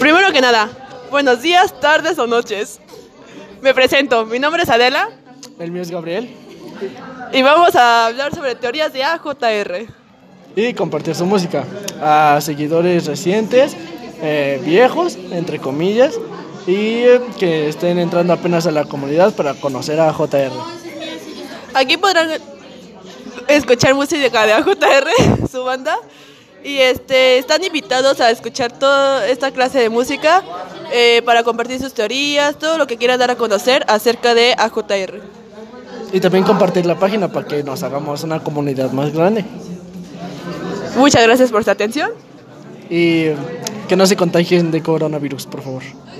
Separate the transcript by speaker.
Speaker 1: Primero que nada, buenos días, tardes o noches. Me presento, mi nombre es Adela
Speaker 2: El mío es Gabriel.
Speaker 1: y vamos a hablar sobre teorías de AJR.
Speaker 2: Y compartir su música a seguidores recientes, eh, viejos, entre comillas, y eh, que estén entrando apenas a la comunidad para conocer a JR.
Speaker 1: Aquí podrán escuchar música de AJR, su banda. Y este, están invitados a escuchar toda esta clase de música eh, para compartir sus teorías, todo lo que quieran dar a conocer acerca de AJR.
Speaker 2: Y también compartir la página para que nos hagamos una comunidad más grande.
Speaker 1: Muchas gracias por su atención.
Speaker 2: eh, Y que no se contagien de coronavirus, por favor.